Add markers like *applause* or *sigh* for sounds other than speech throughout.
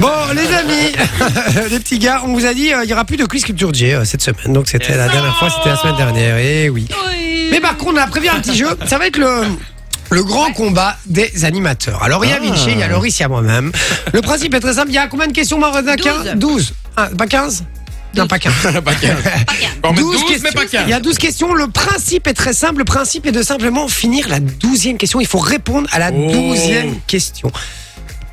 Bon, les amis, *laughs* les petits gars, on vous a dit, euh, il n'y aura plus de quiz Culture J euh, cette semaine. Donc, c'était la dernière fois, c'était la semaine dernière. Et oui. Mais par contre, on a prévu un petit jeu. Ça va être le. Le grand combat des animateurs. Alors, il y Ah. a Vinci, il y a Loris, il y a moi-même. Le principe est très simple. Il y a combien de questions, Marvin 15 12. pas 15 Non, pas *laughs* 15. Pas quinze. On met 12, mais pas 15. Il y a 12 questions. Le principe est très simple. Le principe est de simplement finir la douzième question. Il faut répondre à la Oh. douzième question.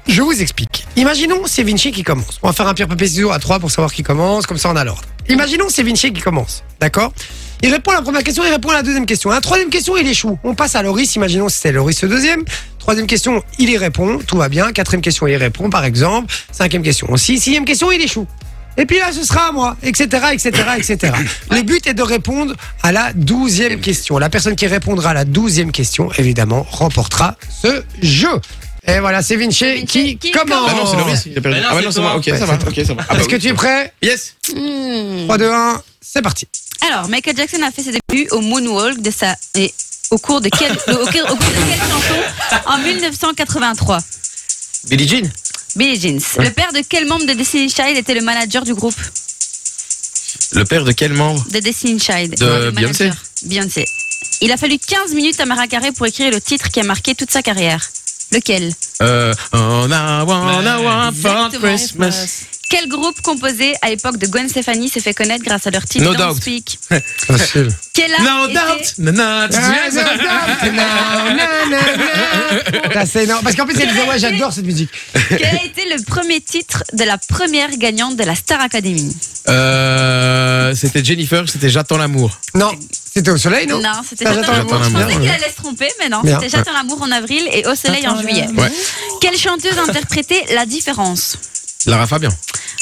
Je vous explique. Imaginons, c'est Vinci qui commence. On va faire un pierre papier ciseaux à 3 pour savoir qui commence. Comme ça, on a l'ordre. Imaginons, c'est Vinci qui commence. D'accord Il répond à la première question, il répond à la deuxième question. À la troisième question, il échoue. On passe à Loris. Imaginons, c'était Loris le deuxième. Troisième question, il y répond. Tout va bien. Quatrième question, il y répond, par exemple. Cinquième question aussi. Sixième question, il échoue. Et puis là, ce sera à moi, etc., etc., etc. Le but est de répondre à la douzième question. La personne qui répondra à la douzième question, évidemment, remportera ce jeu. Et voilà, c'est Vinci, Vinci qui, qui commence. commence. Ah non, c'est Loris qui a perdu. Mais non, Ah bah c'est non, c'est toi. moi. Ok, Ouais, ça va. Ok, ça va. Ah bah Est-ce que oui. tu es prêt Yes. Hmm. 3, 2, 1, c'est parti. Alors, Michael Jackson a fait ses débuts au Moonwalk de sa... et au cours de quelle, au, au- au cours de quelle chanson en 1983 Billie Jean Billie Jeans. Le père de quel membre de Destiny Child était le manager du groupe Le père de quel membre de Destiny Child De Le Beyoncé manager. Beyoncé. Il a fallu 15 minutes à Mara Carré pour écrire le titre qui a marqué toute sa carrière. Lequel Euh. On a one, on a one for Exactement. Christmas. Quel groupe composé à l'époque de Gwen Stefani s'est fait connaître grâce à leur titre No Don't Doubt. Speak Facile. Quel art No était- doubt. No, no, it's yes. Là, c'est énorme. Parce qu'en plus, elle disait, ouais, j'adore cette musique. Quel a été le premier titre de la première gagnante de la Star Academy Euh. C'était Jennifer, c'était J'attends l'amour. Non, c'était au soleil, non Non, c'était Ah, J'attends l'amour. Je l'amour. pensais qu'il allait se tromper, mais non. Bien. C'était J'attends l'amour en avril et Au soleil en juillet. Ouais. Quelle chanteuse a interprété La différence Lara Fabian.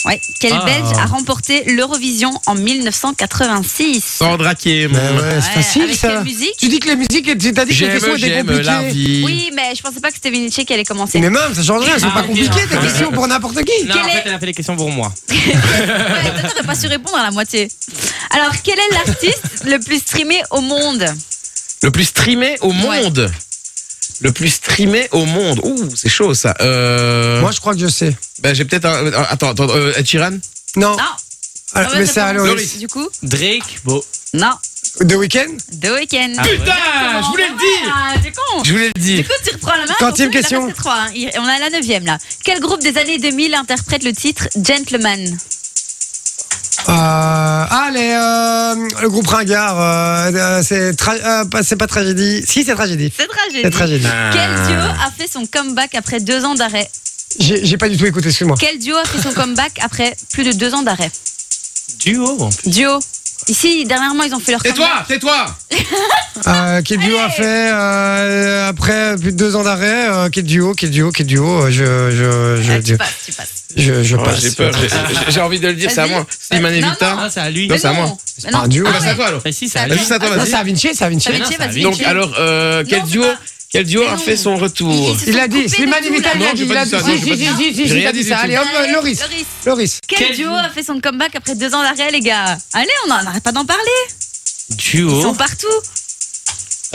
ouais. Quel Belge a remporté l'Eurovision en 1986 Sandra Kim. Mais ouais, c'est Ouais, facile, avec ça. quelle musique Tu dis que les musiques, tu t'as dit que les questions J'aime, étaient j'aime la compliquées. vie. Oui, mais je pensais pas que c'était Vinicius qui allait commencer. Mais même, ça change rien, elles sont Ah, pas ok. compliquées, tes questions pour n'importe qui. Non, en Quel est- fait, elle a fait les questions pour moi. Ouais, toi, t'aurais pas su répondre à la moitié. Alors, quel est l'artiste le plus streamé au monde Le plus streamé au monde. Le plus streamé au monde. Ouh, c'est chaud ça. Euh... Moi, je crois que je sais. ben, j'ai peut-être un. euh, Attends, attends. Euh, Ed Sheeran Non, Non. Ah, Mauvaise mais c'est à réponse. Loris. Du coup, Drake, bon. non. The Weeknd The Weeknd. Ah, ouais. Putain, je voulais le dire. Ah, t'es con. Je voulais le Du dire. coup, tu reprends la main. Quantième Attention, il question. en reste trois, hein. Il- On est à la neuvième là. Quel groupe des années 2000 interprète le titre Gentleman Euh, ah, les, euh, le groupe Ringard, euh, euh, c'est tra- euh, pas- c'est pas tragédie. Si, c'est tragédie. C'est C'est tragédie. tragédie. Ah. Quel duo a fait son comeback après deux ans d'arrêt J'ai j'ai pas du tout écouté, excuse-moi. Quel duo a fait son comeback après plus de deux ans d'arrêt Duo, en plus. Duo. Ici, dernièrement, ils ont fait leur Et comeback. toi, tais-toi. Euh, quel duo a fait euh, après plus de deux ans d'arrêt euh, Quel duo Quel duo Quel duo euh, Je je Ah, je tu passes, tu passes. je, je Oh, passe. j'ai peur. j'ai- J'ai envie de le dire. C'est à Vas-y. moi. Slimane et Non, Vita. Ah, c'est à lui. Non, Mais c'est à non, moi. mais C'est pas non. un duo. Ah, Ah c'est à ouais. toi alors. Ah, si, c'est à lui. Juste à toi, Ah, vas-y. c'est à Vinci, c'est à Vinci. Ah, mais non, tiens, ça vas-y, va Donc tiens. alors, euh, quel Non, duo, c'est pas- quel duo Mais a non. fait son retour Ils se Il sont l'a dit, coupés Slimane de tout, Vital, là. il a dit, il a dit, Non, j'ai si, pas dit si, ça, non, si, j'ai si, si, rien il a dit dit du ça. tout. Allez, hop, Allez, Loris, Loris. Loris. Quel, Quel duo duo a fait son comeback après deux ans d'arrêt, les gars Allez, on en- n'arrête pas d'en parler. Oh. Ils sont Duo. partout.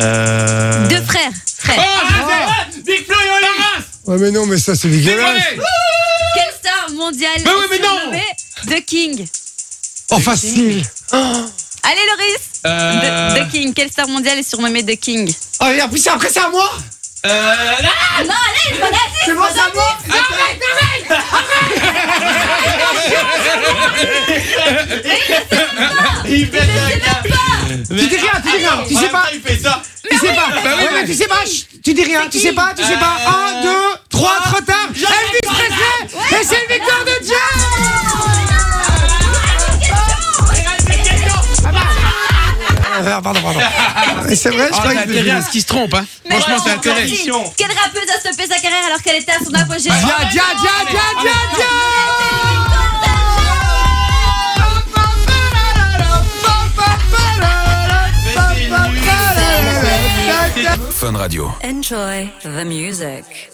Euh... Deux frères. Frères. Ah, Big Flo et Olaras Ouais, mais non, mais ça, c'est dégueulasse. Quelle star mondiale Mais oui, mais est non. surnommée The King Oh, facile. Allez, Loris. Euh... ah, The, The King. Quelle star mondiale est surnommée The King Oh, et après, c'est après, c'est à moi Euh... là, Ah non, allez, je C'est moi, c'est à moi Tu dis rien, tu dis rien, Il fait ça. tu sais pas, Il fait ça. tu sais pas. Ouais, Bah mais tu sais pas, chut, tu dis rien, tu sais pas, tu sais pas. Un, deux, trois, trop tard. Elvis Presley Et c'est une victoire de Jazz Ah, Pardon, pardon. Ah, Mais c'est vrai, je Oh, crois t'as que intérêt à ce qui se trompe, hein Franchement, t'as intérêt. Quelle rappeuse a stoppé sa carrière alors qu'elle était à son apogée Dia, dia, dia, dia, dia, dia Enjoy the music.